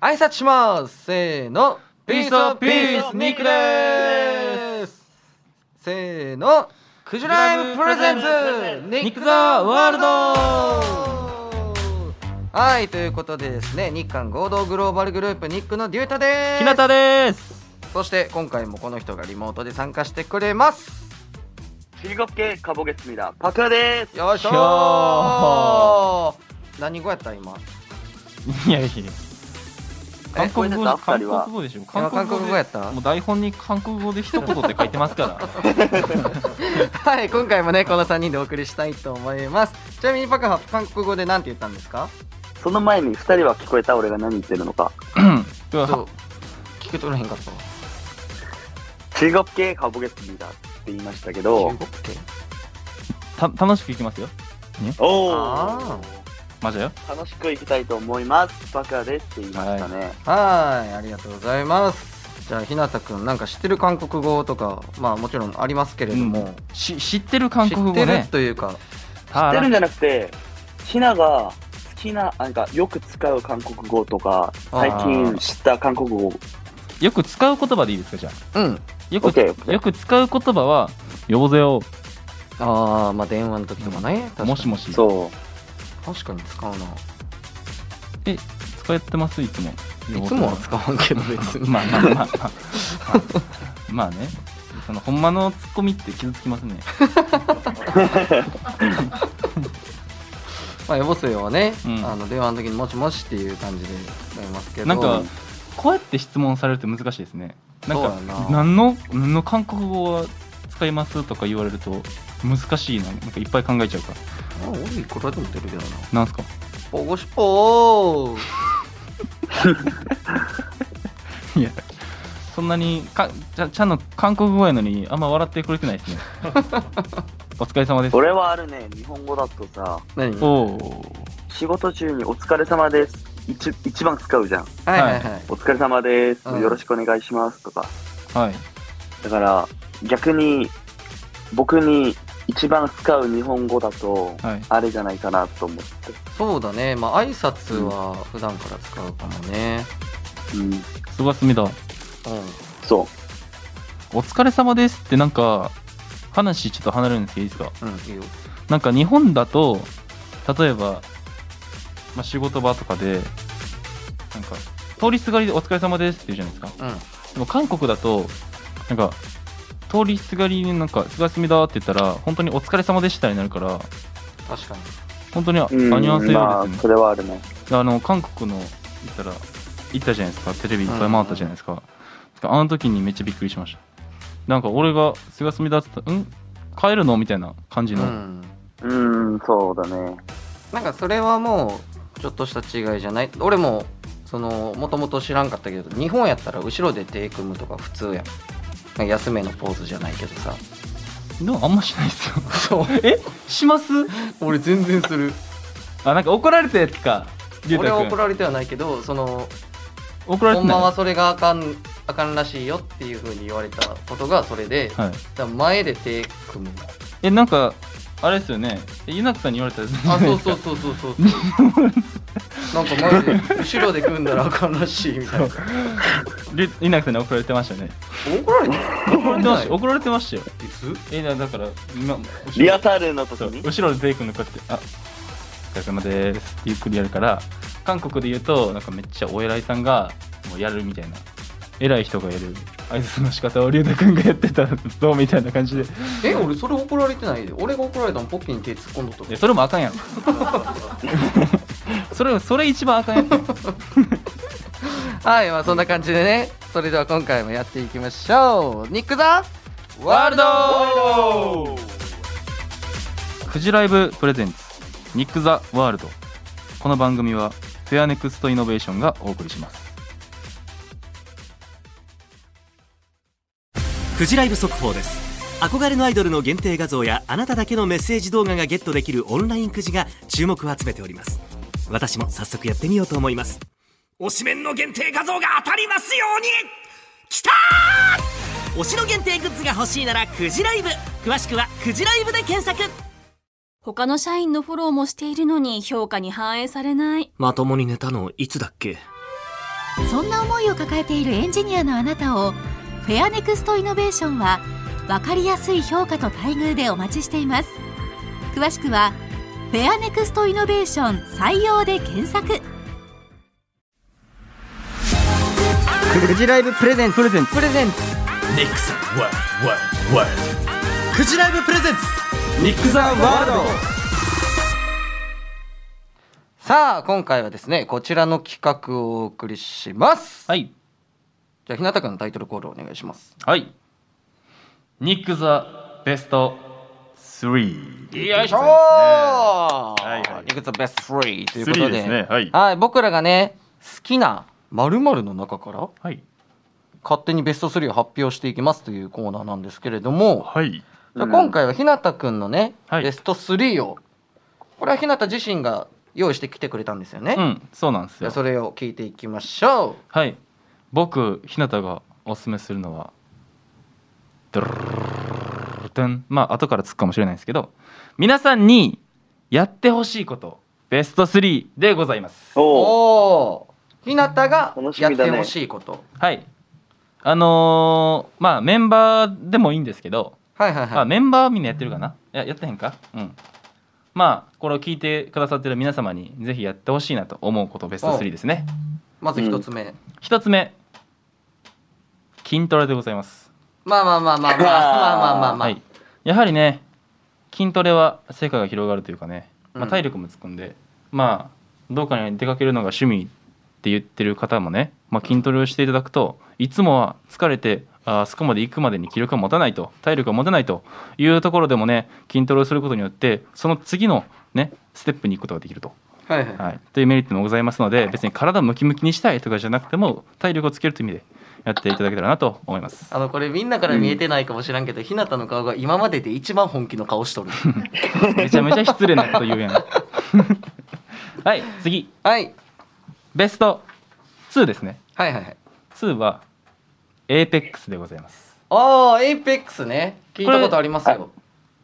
挨拶しますせーのピースオブピースニックですせーのクジライムプレゼンツニック・ザ・ワールドはいということでですね日韓合同グローバルグループニックのデュータです日向ですそして今回もこの人がリモートで参加してくれます 곱게 가보겠습니다. 박하대 よいしょひょー何語やった今 いやいやいやえ韓国語これだで韓国った二人は語でしょ韓国語でやったもう台本に韓国語で一言って書いてますからはい今回もねこの3人でお送りしたいと思いますちなみにパクハ韓国語で何て言ったんですかその前に二人は聞こえた俺が何言ってるのか。 では聞け取れへんかったわ 즐겁게 가보겠습니다.って言いましたけど中。国系た楽しくいきますよおあお。マジよ楽しくいきたいと思います。バカですって言いましたね。はーいありがとうございますじゃあひなたくんなんか知ってる韓国語とかまあもちろんありますけれども、し知ってる韓国語知ってねるというか知知ってるんじゃなくて、ひなが好きな、なんかよく使う韓国語とか、最近知った韓国語。よく使う言葉でいいですかじゃあうんよく OK OK よく使う言葉は「呼ぼうぜよああまあ電話の時とかね確」かにもしもしそ確かに使うな使ってますいつもいつもは使わんけど別にまあまあまあまあ、まあ、まあねそのほんまのツッコミって傷つきますねまあ、エボスよはね、うんあの電話の時にもしもしっていう感じでなりますけど、なんかこうやって質問されるって難しいですねなんかそうやな何の何の韓国語は使いますとか言われると難しいななんかいっぱい考えちゃうからあ、おい、これでも出るけどな。なんすかポゴシポーいやそんなにかちゃちゃんの韓国語やのにあんま笑ってくれてな いですねお疲れ様でう。すそれはあるね。日本語だとさ、何おはいお仕事中にお疲れ様です。一一番使うじゃん。はいはい。お疲れ様です。うんよろしくお願いします。とか。はいだから逆に僕に一番使う日本語だとはいあれじゃないかなと思って、そうだね、まあ、挨拶は普段から使うかもね。うん、すばすみだうそお疲れ様ですってなんか話ちょっと離れるんですけどいいですかん、うん、いいよ。なんか日本だと例えば、まあ、仕事場とかでなんか通りすがりで「お疲れ様です」って言うじゃないですかうん。あでも韓国だとなんか通りすがりになんか「すがすみだ」って言ったら本当に「お疲れ様でした」になるから確かに。本当にあ「う、うん、アニュアンスまよ」あですそれはあるねねあの韓国の言ったら行ったじゃないですかテレビいっぱい回ったじゃないですか、あの時にめっちゃびっくりしましたなんか俺が「すがすみだ」って言ったら「ん帰るの?」みたいな感じうの、ん。うんそうだねなんかそれはもう、ちょっとした違いじゃない。俺も、その、もともと知らんかったけど、日本やったら後ろで手組むとか普通やん。なんか休めのポーズじゃないけどさ。でもあんましないですよ そう。えします俺全然する。あなんか怒られたやつか龍俺太は君怒られてはないけど、その、怒られほてんないまはそれがあかんあかんらしいよっていうふうに言われたことがそれで、はい、だから前で手組むえなんかあれですよねえゆなくさんに言われたやつあそうそうそうそうそうそうなんか前で後ろで組んだらあかんらしいみたいな りゆなくさんに怒られてましたよね怒られた怒られてましたいよ怒られてましたよつえだだから今後ろリハーサルの時そうに後ろで出てくるのこうやって「あお疲れ様です」ってゆっくりやるから韓国で言うとなんかめっちゃお偉いさんがもうやるみたいな偉い人がやる挨拶の仕方を龍太君がやってたぞみたいな感じでえ俺それ怒られてないで俺が怒られたのポッキーに手突っ込んどったいやそれもあか んやんそれそれ一番あかんやん はいまあそんな感じでねそれでは今回もやっていきましょうニック・ザ・ワールドフジライブプレゼンツニック・ザ・ワールドこの番組はフェアネクストイノベーションがお送りしますフジライブ速報です憧れのアイドルの限定画像やあなただけのメッセージ動画がゲットできるオンラインくじが注目を集めております私も早速やってみようと思います推しメンの限定画像が当たりますようにきたー推しの限定グッズが欲しいならくじライブ詳しくはくじライブで検索他の社員のフォローもしているのに評価に反映されない。まともに寝たのいつだっけそんな思いを抱えているエンジニアのあなたをフェアネクストイノベーションは分かりやすい評価と待遇でお待ちしています詳しくはフェアネクストイノベーション採用で検索フジライブプレゼンツプレゼンツプレゼンツニックザワールドワールドワールドクジライブプレゼンツニックザワールドさあ今回はですねこちらの企画をお送りしますはい。じゃあ日向君のタイトルコールお願いしますはい。ニック・ザ・ベスト3。よいしょはいはいいくつベスト3ということ3でですね。はい。はい僕らがね好きな〇〇の中からはい。勝手にベスト3を発表していきますというコーナーなんですけれども、はい。じゃあ今回は日向くんのね、はいベスト3をこれは日向自身が用意してきてくれたんですよね、うん、そうなんですじゃあよ。それを聞いていきましょはい。僕、ひなたがおすすめするのは、ドゥルルルルルルンまあ、後からつくかもしれないですけど、皆さんにやってほしいこと、ベスト3でございます。うおお。おー日向が楽しやっみだねてほしいこと、はい。あのーまあ、メンバーでもいいんですけど、はいはいあはいメンバーみんなやってるかないややってへんかうんまあこれを聞いてくださってる皆様にぜひやってほしいなと思うことベストお3ですねまず一つ目、一つ目筋トレでございます、まあまあまあまあまあまあまあまあまあ、はいやはりね筋トレは成果が広がるというかね、まうあ、ん体力もつくんで、まあどうかに出かけるのが趣味って言ってる方もね、まあ、筋トレをしていただくといつもは疲れてあーあそこまで行くまでに気力が持たないと体力が持たないというところでもね筋トレをすることによってその次のねステップに行くことができると、はいはいはい、というメリットもございますので別に体をムキムキにしたいとかじゃなくても体力をつけるという意味でやっていただけたらなと思います。あのこれみんなから見えてないかもしらんけど、日向の顔が今までで一番本気の顔しとるめちゃめちゃ失礼なこと言う やん。はい、次、はいベスト2ですね。はいはいはい2は、エーペックスでございます。ああエイペックスね聞いたことありますこよ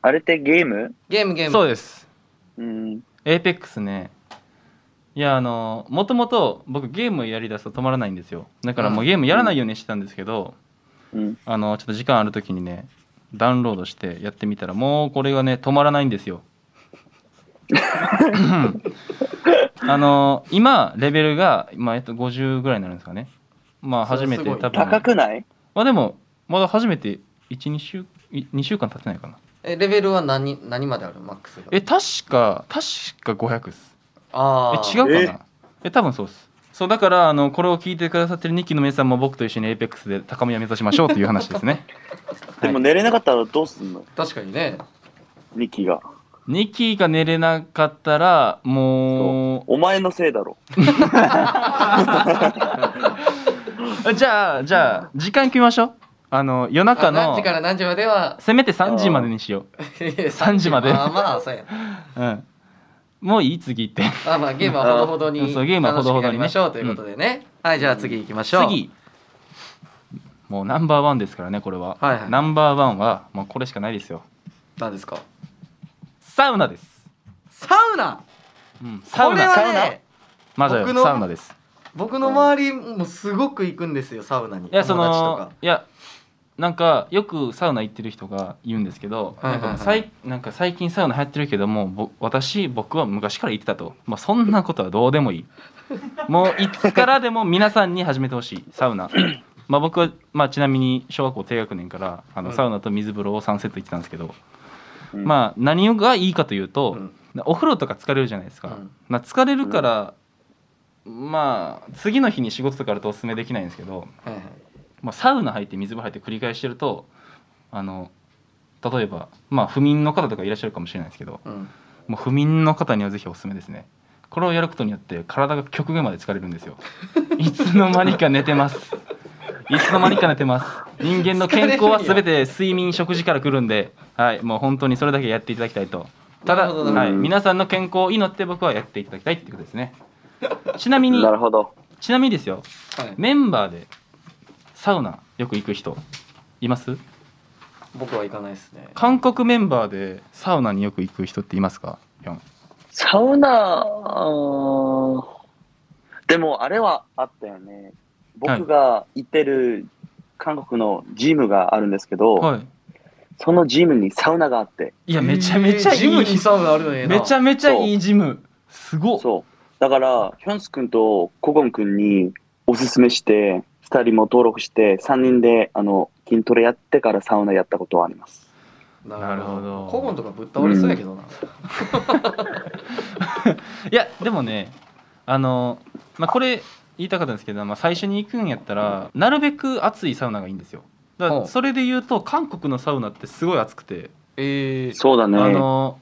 あれってゲームゲームゲームそうです。うん。エーペックスね。いや、あの、もともと僕ゲームやりだすと止まらないんですよ。だからもうゲームやらないようにしてたんですけど、うん。あの、ちょっと時間ある時にね、ダウンロードしてやってみたら、もうこれがね、止まらないんで すよ。あの今レベルが、まあえっと、50ぐらいになるんですかねまあそれ初めてすごい多分高くないまあでもまだ初めて12週い2週間経ってないかなえレベルは何何まであるマックスがえ確か確か500っすえあ違うかなえ多分そうっすそうだからあのこれを聞いてくださってる2期の皆さんも僕と一緒に APEX で高みを目指しましょうという話ですねでも寝れなかったらどうすんの確かにねニキが。 2期が寝れなかったらもうお前のせいだろ。じゃあじゃあ時間決めましょうあの夜中あ何の時から何時まで はせめて3時までにしよう3時までまあまあそうやうん、もういい次 ってまあまあゲームはほどほどにうんそうゲームはほどほど楽しくやにねりましょうということでね、はいじゃあ次行きましょう次もうナンバーワンですからねこれは、はいはいナンバーワンはもうこれしかないですよ何ですかサウナです、サウナうん、サウこれナはねまず僕のサウナです僕の周りもすごく行くんですよサウナにいやそ友達とのかいやなんかよくサウナ行ってる人が言うんですけど、はいはいはいなんかさいなんか最近サウナ流行ってるけどもうぼ私僕は昔から行ってたと、まあ、そんなことはどうでもい いもういつからでも皆さんに始めてほしいサ ウナまあ僕は、まあ、ちなみに小学校低学年からあのうんサウナと水風呂を3セット行ってたんですけど、うんまあ何がいいかというと、うんお風呂とか疲れるじゃないですか、うんまあ疲れるから、まあ次の日に仕事とかあるとおすすめできないんですけど、はいはいまあ、サウナ入って水風呂入って繰り返してるとあの例えば、まあ、不眠の方とかいらっしゃるかもしれないですけどうんもう不眠の方にはぜひおすすめですねこれをやることによって体が極限まで疲れるんで すよいつの間にか寝てますいつの間にか寝てます人間の健康は全て睡眠食事から来るんで、はい、もう本当にそれだけやっていただきたいとたなだ、るほどなはるい、ほど皆さんの健康を祈って僕はやっていただきたいってことですねちなみになるほど。ちなみにですよはいメンバーでサウナよく行く人います僕は行かないですね韓国メンバーでサウナによく行く人っていますかヨンサウナ、あーでも、あれはあったよね。僕が行ってる韓国のジムがあるんですけど、はい。そのジムにサウナがあって、いや、めちゃめちゃいい。ジムにサウナあるのにめちゃめちゃいいジム。すごっ。そう。だから、ヒョンス君とコゴン君におすすめして、2人も登録して、3人であの筋トレやってからサウナやったことはあります。なるほなるほどど顧問とかぶっ倒れそうやけどな、いやでもねあの、まあ、これ言いたかったんですけど、まあ、最初に行くんやったらなるべく暑いサウナがいいんですよだかほうらそれで言うと韓国のサウナってすごい暑くて、ええそうだね。あの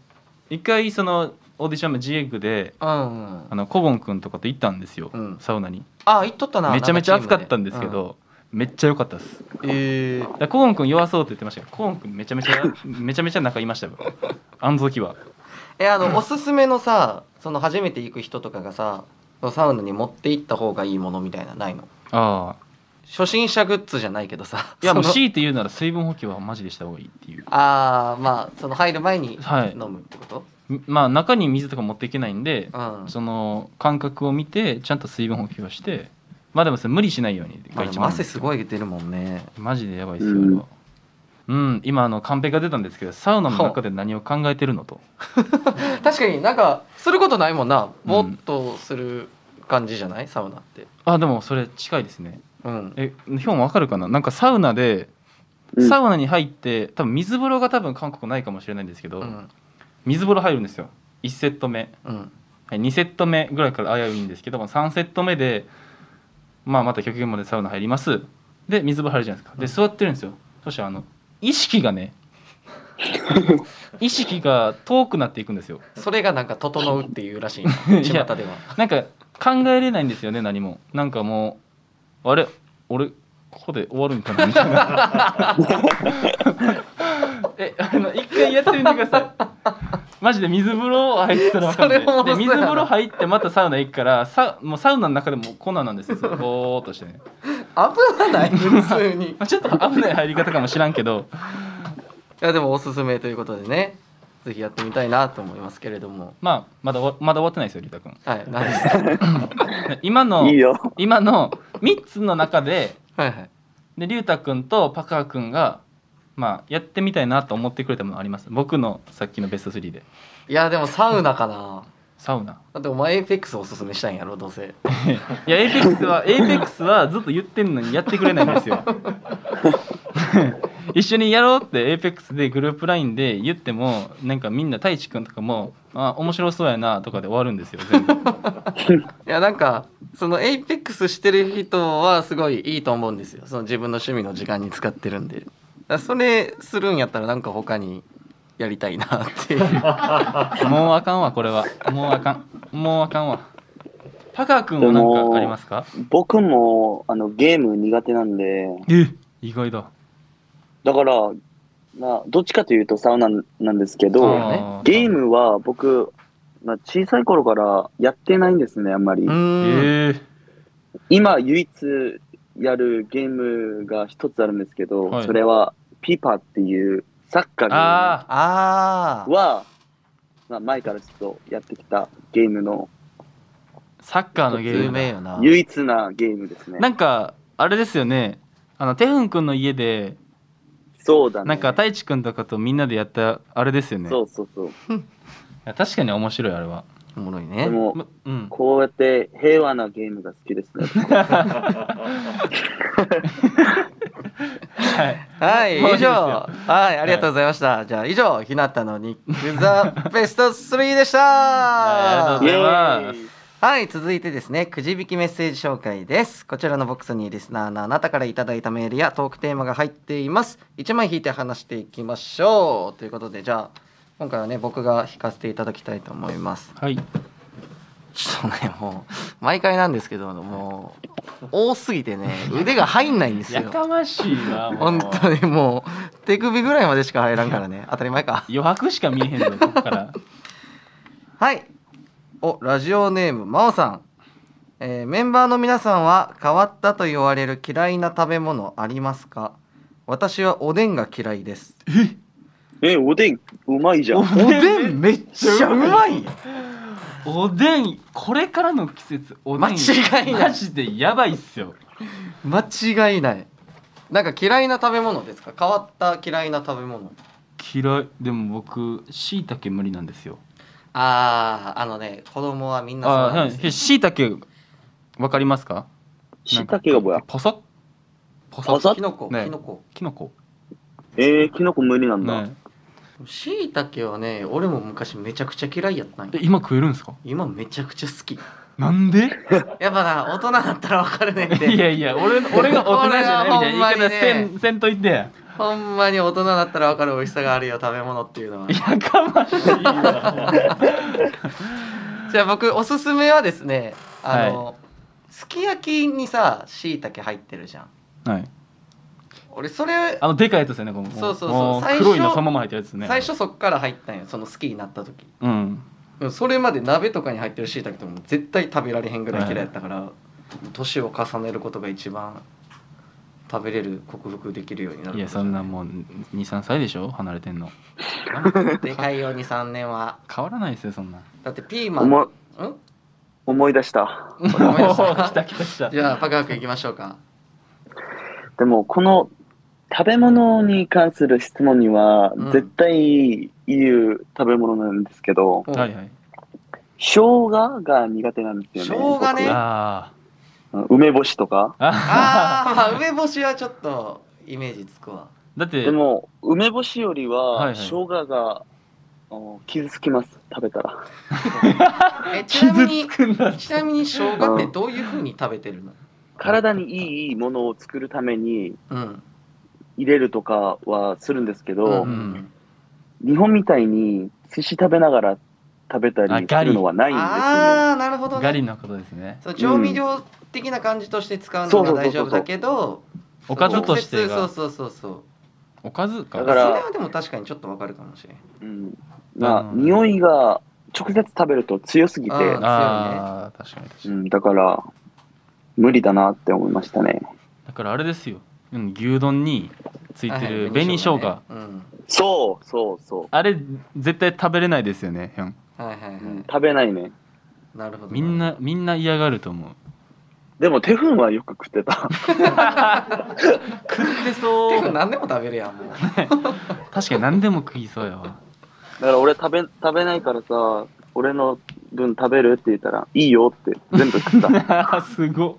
一回そのオーディションの g エグでうんあのコボン君とかと行ったんですよ、うんサウナにあ行っとったなめちゃめちゃ暑かったんですけ、なんチど、めっちゃ良かったですームでうんええだからコボン君弱そうって言ってましたけどコボン君めちゃめちゃ めちゃめちゃ仲いましたよあの時はえあのおすすめのさその初めて行く人とかがさそのサウナに持って行った方がいいものみたいなないのああ初心者グッズじゃないけどさいやもうその強いて言うなら水分補給はマジでした方がいいっていうああまあその入る前にはい飲むってこと、まあ中に水とか持っていけないんで、うんその感覚を見てちゃんと水分補給をしてまあでもそれ無理しないようにまあ、がで一も番汗すごい出るもんねマジでやばいですよ、あれはうん、今あのカンペが出たんですけどサウナの中で何を考えてるのと確かになんかすることないもんなうんぼーっとする感じじゃないサウナってあでもそれ近いですねうんえヒョンわかるかななんかサウナで、うんサウナに入って多分水風呂が多分韓国ないかもしれないんですけど、うん水風呂入るんですよ1セット目うんはい2セット目ぐらいから危ういんですけども3セット目で、まあ、また極限までサウナ入りますで水風呂入るじゃないですかで座ってるんですよそしたらあの意識がね意識が遠くなっていくんですよそれがなんか整うっていうらしい い巷やではなんか考えれないんですよね何もなんかもうあれ俺ここで終わるんかなみたいなえあの一回やってみてく ださいマジで水風呂入ってたら分かんなそれもいでそうや水な風呂入ってまたサウナ行くからサもうサウナの中でもこんなんな んですよぼーっとしてね危ない普通 にいまあちょっと危ない入り方かもしらんけど やでもおすすめということでねぜひやってみたいなと思いますけれどもまあまだ終わまだ終わってないですより太たくはい何ですかん今のいいよ。今の3つの中で はいはいで龍太君とパカ君が、まあ、やってみたいなと思ってくれたものあります僕のさっきのベスト3でいやでもサウナかなサウナだってお前エイペックスおすすめしたんやろどうせいやエイペックスはエイペックスはずっと言ってんのにやってくれないんで すよ一緒にやろうってエイペックスでグループ LINE で言ってもなんかみんな太一君とかも「あ面白そうやな」とかで終わるんですよ全部いやなんかそのエイペックスしてる人はすごいいいと思うんですよその自分の趣味の時間に使ってるんでだからそれするんやったらなんか他にやりたいなっていう もうあかんわこれはもうあかんもうあかんわパカ君は何かありますか僕もあのゲーム苦手なんで、え意外だだから、まあ、どっちかというとサウナなんですけそうど、ねあゲームは僕、まあ、小さい頃からやってないんですね、あんまりう。ーんえー今、唯一やるゲームが一つあるんですけど、はいそれは、ピーパーっていうサッカーゲームあああーは、まあ、前からちょっとやってきたゲームのサッカーのゲー有ム名だよな唯一なゲームですね。なんかあれですよねあのテフン君の家でそうだね。なんか太一君とかとみんなでやったあれですよねそうそうそう。いや確かに面白いあれは、おもろいでねも、まうん、こうやって平和なゲームが好きですね。はいはい以もういいです上よはいありがとうございました、じゃあ以上ひなたのニックザベスト3でしはた いありがとうございますイエーイはい、続いてですね、くじ引きメッセージ紹介です。こちらのボックスにリスナーのあなたからいただいたメールやトークテーマが入っています。1枚引いて話していきましょう。ということで、じゃあ、今回はね、僕が引かせていただきたいと思います。はいちょっとね、もう、毎回なんですけど、もう、多すぎてね、腕が入んないんです やよ。かましいわもう本当にもう、手首ぐらいまでしか入らんからね、当たり前か。余白しか見えへんのこ こからはい。お、ラジオネーム、まおさん。えーメンバーの皆さんは変わったと言われる嫌いな食べ物ありますか私はおでんが嫌いです。え、おでん、うまいじゃん。おでんめっちゃうまいおでんこれからの季節おでん間違いないマジでやばいっすよ間違いないなんか嫌いな食べ物ですか変わった嫌いな食べ物嫌いでも僕しいたけ無理なんですよあああのね子供はみんなあそうなはんですよいしいたけわかりますかしいたけがぼや。パサッパパサッキノコ、ねキノコきのこえー、キノコ無理なんだ。ねしいたけはね俺も昔めちゃくちゃ嫌いやったんえよ今食えるんですか今めちゃくちゃ好きなんでやっぱな大人だったらわかるねんいてやいや俺俺が大人じゃないみたいな言い方せんせんといてやほんまに大人だったらわかる美味しさがあるよ食べ物っていうのはかましいわじゃあ僕おすすめはですねあの、すき焼きにさしいたけ入ってるじゃんはい俺それあのでかいやつですよねこのそうそうそうも最初黒いのそのまま入ってるやつですね最初そっから入ったんよその好きになった時うんでもそれまで鍋とかに入ってるしいたけとも絶対食べられへんぐらい嫌いやったから年を重ねることが一番食べれる克服できるようになるいやそんなもう23歳でしょ離れてんのでかいように3年は変わらないですよそんなだってピーマン思うん思い出した。ごめんなさい おー来た来た来たじゃあパクパクいきましょうかでも、この食べ物に関する質問にはうん、絶対言う食べ物なんですけど、はいはい生姜が苦手なんですよね。生姜ねあ僕うん梅干しとか。ーあああ梅干しはちょっとイメージつくわーだってでも、梅干しよりはいはは、い生姜が、あの傷つきます、食べたら。えちなみ傷につくんだちなみに生姜ってどういうふうに食べてるの体にいいものを作るためにうん入れるとかはするんですけど、うん日本みたいに寿司食べながら食べたりあガすリるのはないんですよね。ああなるほどガリねのことですねそう調味料的な感じとして使うのが大丈夫だけどおかずとしそてうがそうそうそうおかずかだそかれらはでも確かにちょっとわかるかもしれんうん、まあ、うん匂いが直接食べると強すぎて、あああ確かに確かうにん、だから無理だなって思いましたね。だからあれですようん牛丼についてはいはるい紅生姜うんそうそうそ、あれ絶対食べれないですよねヒョンはいはいうはいうん、食べないね。なるほどみんなみんな嫌がると思うでも手粉はよく食ってた。食ってそてか何でも食べるやんもう確かに何でも食いそうやわだから俺食べ食べないからさ、俺の分食べるって言ったら、いいよって全部 食った。 あーすごっ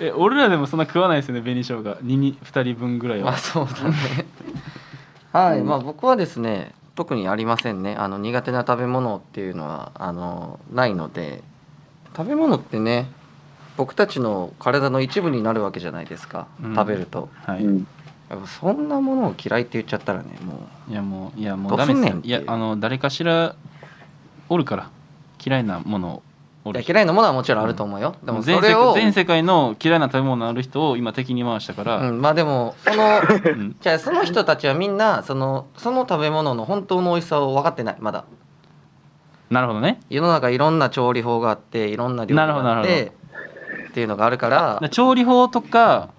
え俺らでもそんな食わないですよね紅生姜2に2人分ぐらいまはあそうだね はい、うんまあ僕はですね特にありませんねあの苦手な食べ物っていうのはあのないので食べ物ってね僕たちの体の一部になるわけじゃないですか、うん食べるとはういん、やっぱそんなものを嫌いって言っちゃったらねもいやもういやもどううダすメんでねすんっよていやあの誰かしらおるから嫌いなものをおういるや人嫌いなものはもちろんあると思うよ、でもそ全れを世全世界の嫌いな食べ物のある人を今敵に回したから、うん、まあでもそのうんじゃあその人たちはみんなそのその食べ物の本当の美味しさを分かってないまだなるほどね世の中いろんな調理法があっていろんな料理があっなるてっていうのがあるからで調理法とか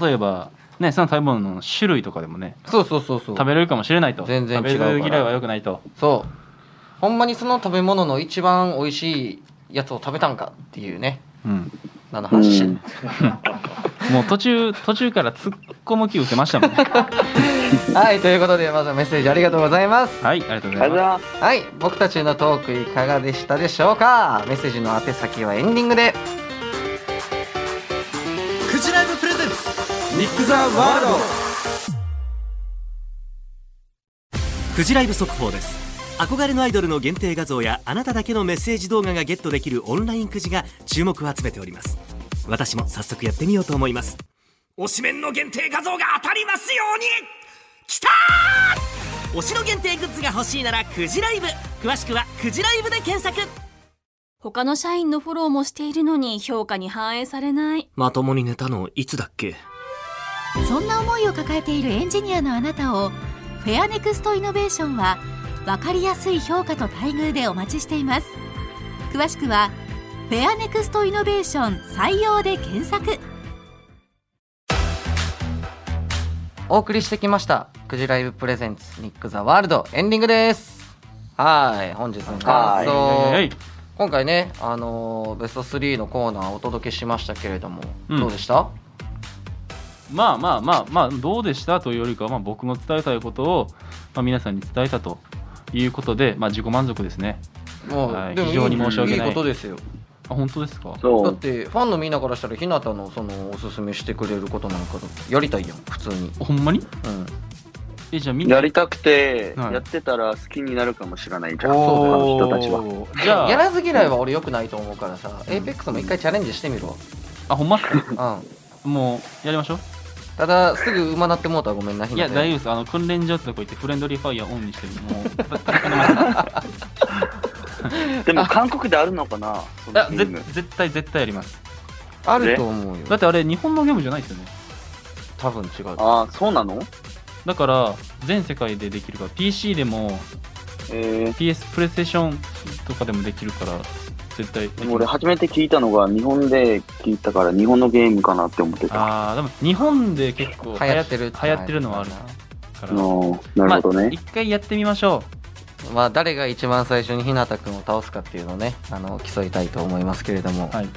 例えばねその食べ物の種類とかでもねそうそうそうそう食べれるかもしれないと全然違うから食べず嫌いは良くないとそうほんまにその食べ物の一番美味しいやつを食べたんかっていうねうんあの話、うんもう途中途中から突っ込む気受けましたもんねはいということでまずはメッセージありがとうございますはいありがとうあごりざがいとまうございます。はい僕たちのトークいかがでしたでしょうかメッセージの宛先はエンディングでクジライブプレゼンツニック・ザ・ワールドクジライブ速報です憧れのアイドルの限定画像やあなただけのメッセージ動画がゲットできるオンラインくじが注目を集めております私も早速やってみようと思います推しメンの限定画像が当たりますようにきたー推しの限定グッズが欲しいならクジライブ詳しくはクジライブで検索他の社員のフォローもしているのに評価に反映されない。まともに寝たのいつだっけそんな思いを抱えているエンジニアのあなたをフェアネクストイノベーションは分かりやすい評価と待遇でお待ちしています詳しくは「フェアネクストイノベーション採用」で検索お送りしてきました「クジライブプレゼンツニック・ザ・ワールド」エンディングですはい本日のは感いは想い今回ねあのーベスト3のコーナーをお届けしましたけれども、うんどうでしたまあまあまあまあどうでしたというよりかは、まあ、僕の伝えたいことを、まあ、皆さんに伝えたということで、まあ、自己満足ですねもう、はいでも非常に申し訳ないいことですよあ本当ですかだそっう。てファンのみんなからしたらひなたのそのおすすめしてくれることなんかやりたいやん普通に、ほんまにうん、えじゃあみんなやりたくて、はいやってたら好きになるかもしれないじゃん、おあーの人たちは。はじやゃあらず嫌いは俺よくないと思うからさ、エイペックスも一回チャレンジしてみるわ、あほんまっすかうん、もうやりましょうただすぐ馬なってもうたらごめんなひいなやた大丈夫ですあの訓練所ってとこ行ってフレンドリーファイヤーオンにしてるもう頼みますでも韓国であるのかなそのあチぜーム。絶対絶対やりますあると思うよだってあれ日本のゲームじゃないですよね多分違うああ、そうなのだから全世界でできるから PC でもえ PS プレイステーションとかでもできるから絶対ー、でも俺初めて聞いたのが日本で聞いたから日本のゲームかなって思ってた。ああーでも日本で結構流行ってる流行ってるのはあるからーなるほどまあね。一回やってみましょまあ誰が一番最初にひなたくんを倒すかっていうのをねあの競いたいと思いますけれども、うはい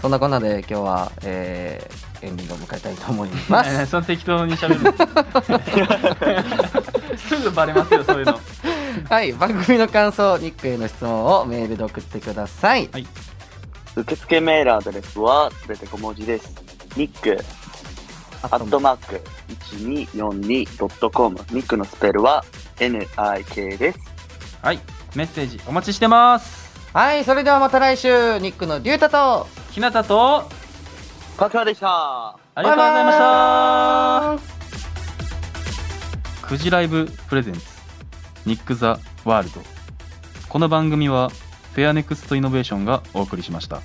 そんなこんなで今日は、えーエンディングを迎えたいと思いま えーすその適当にしゃべる すぐバレますよそういうのはい番組の感想ニックへの質問をメールで送ってください受付メールアドレスはすべて小文字です。ニック、あアットマーク、1242.com。ニックのスペルは NIK です。はいメッセージお待ちしてますはいそれではまた来週ニックのデュータとひなたとカカでした。ありがとうございましたくじライブプレゼンツニック・ザ・ワールドこの番組はフェアネクストイノベーションがお送りしました。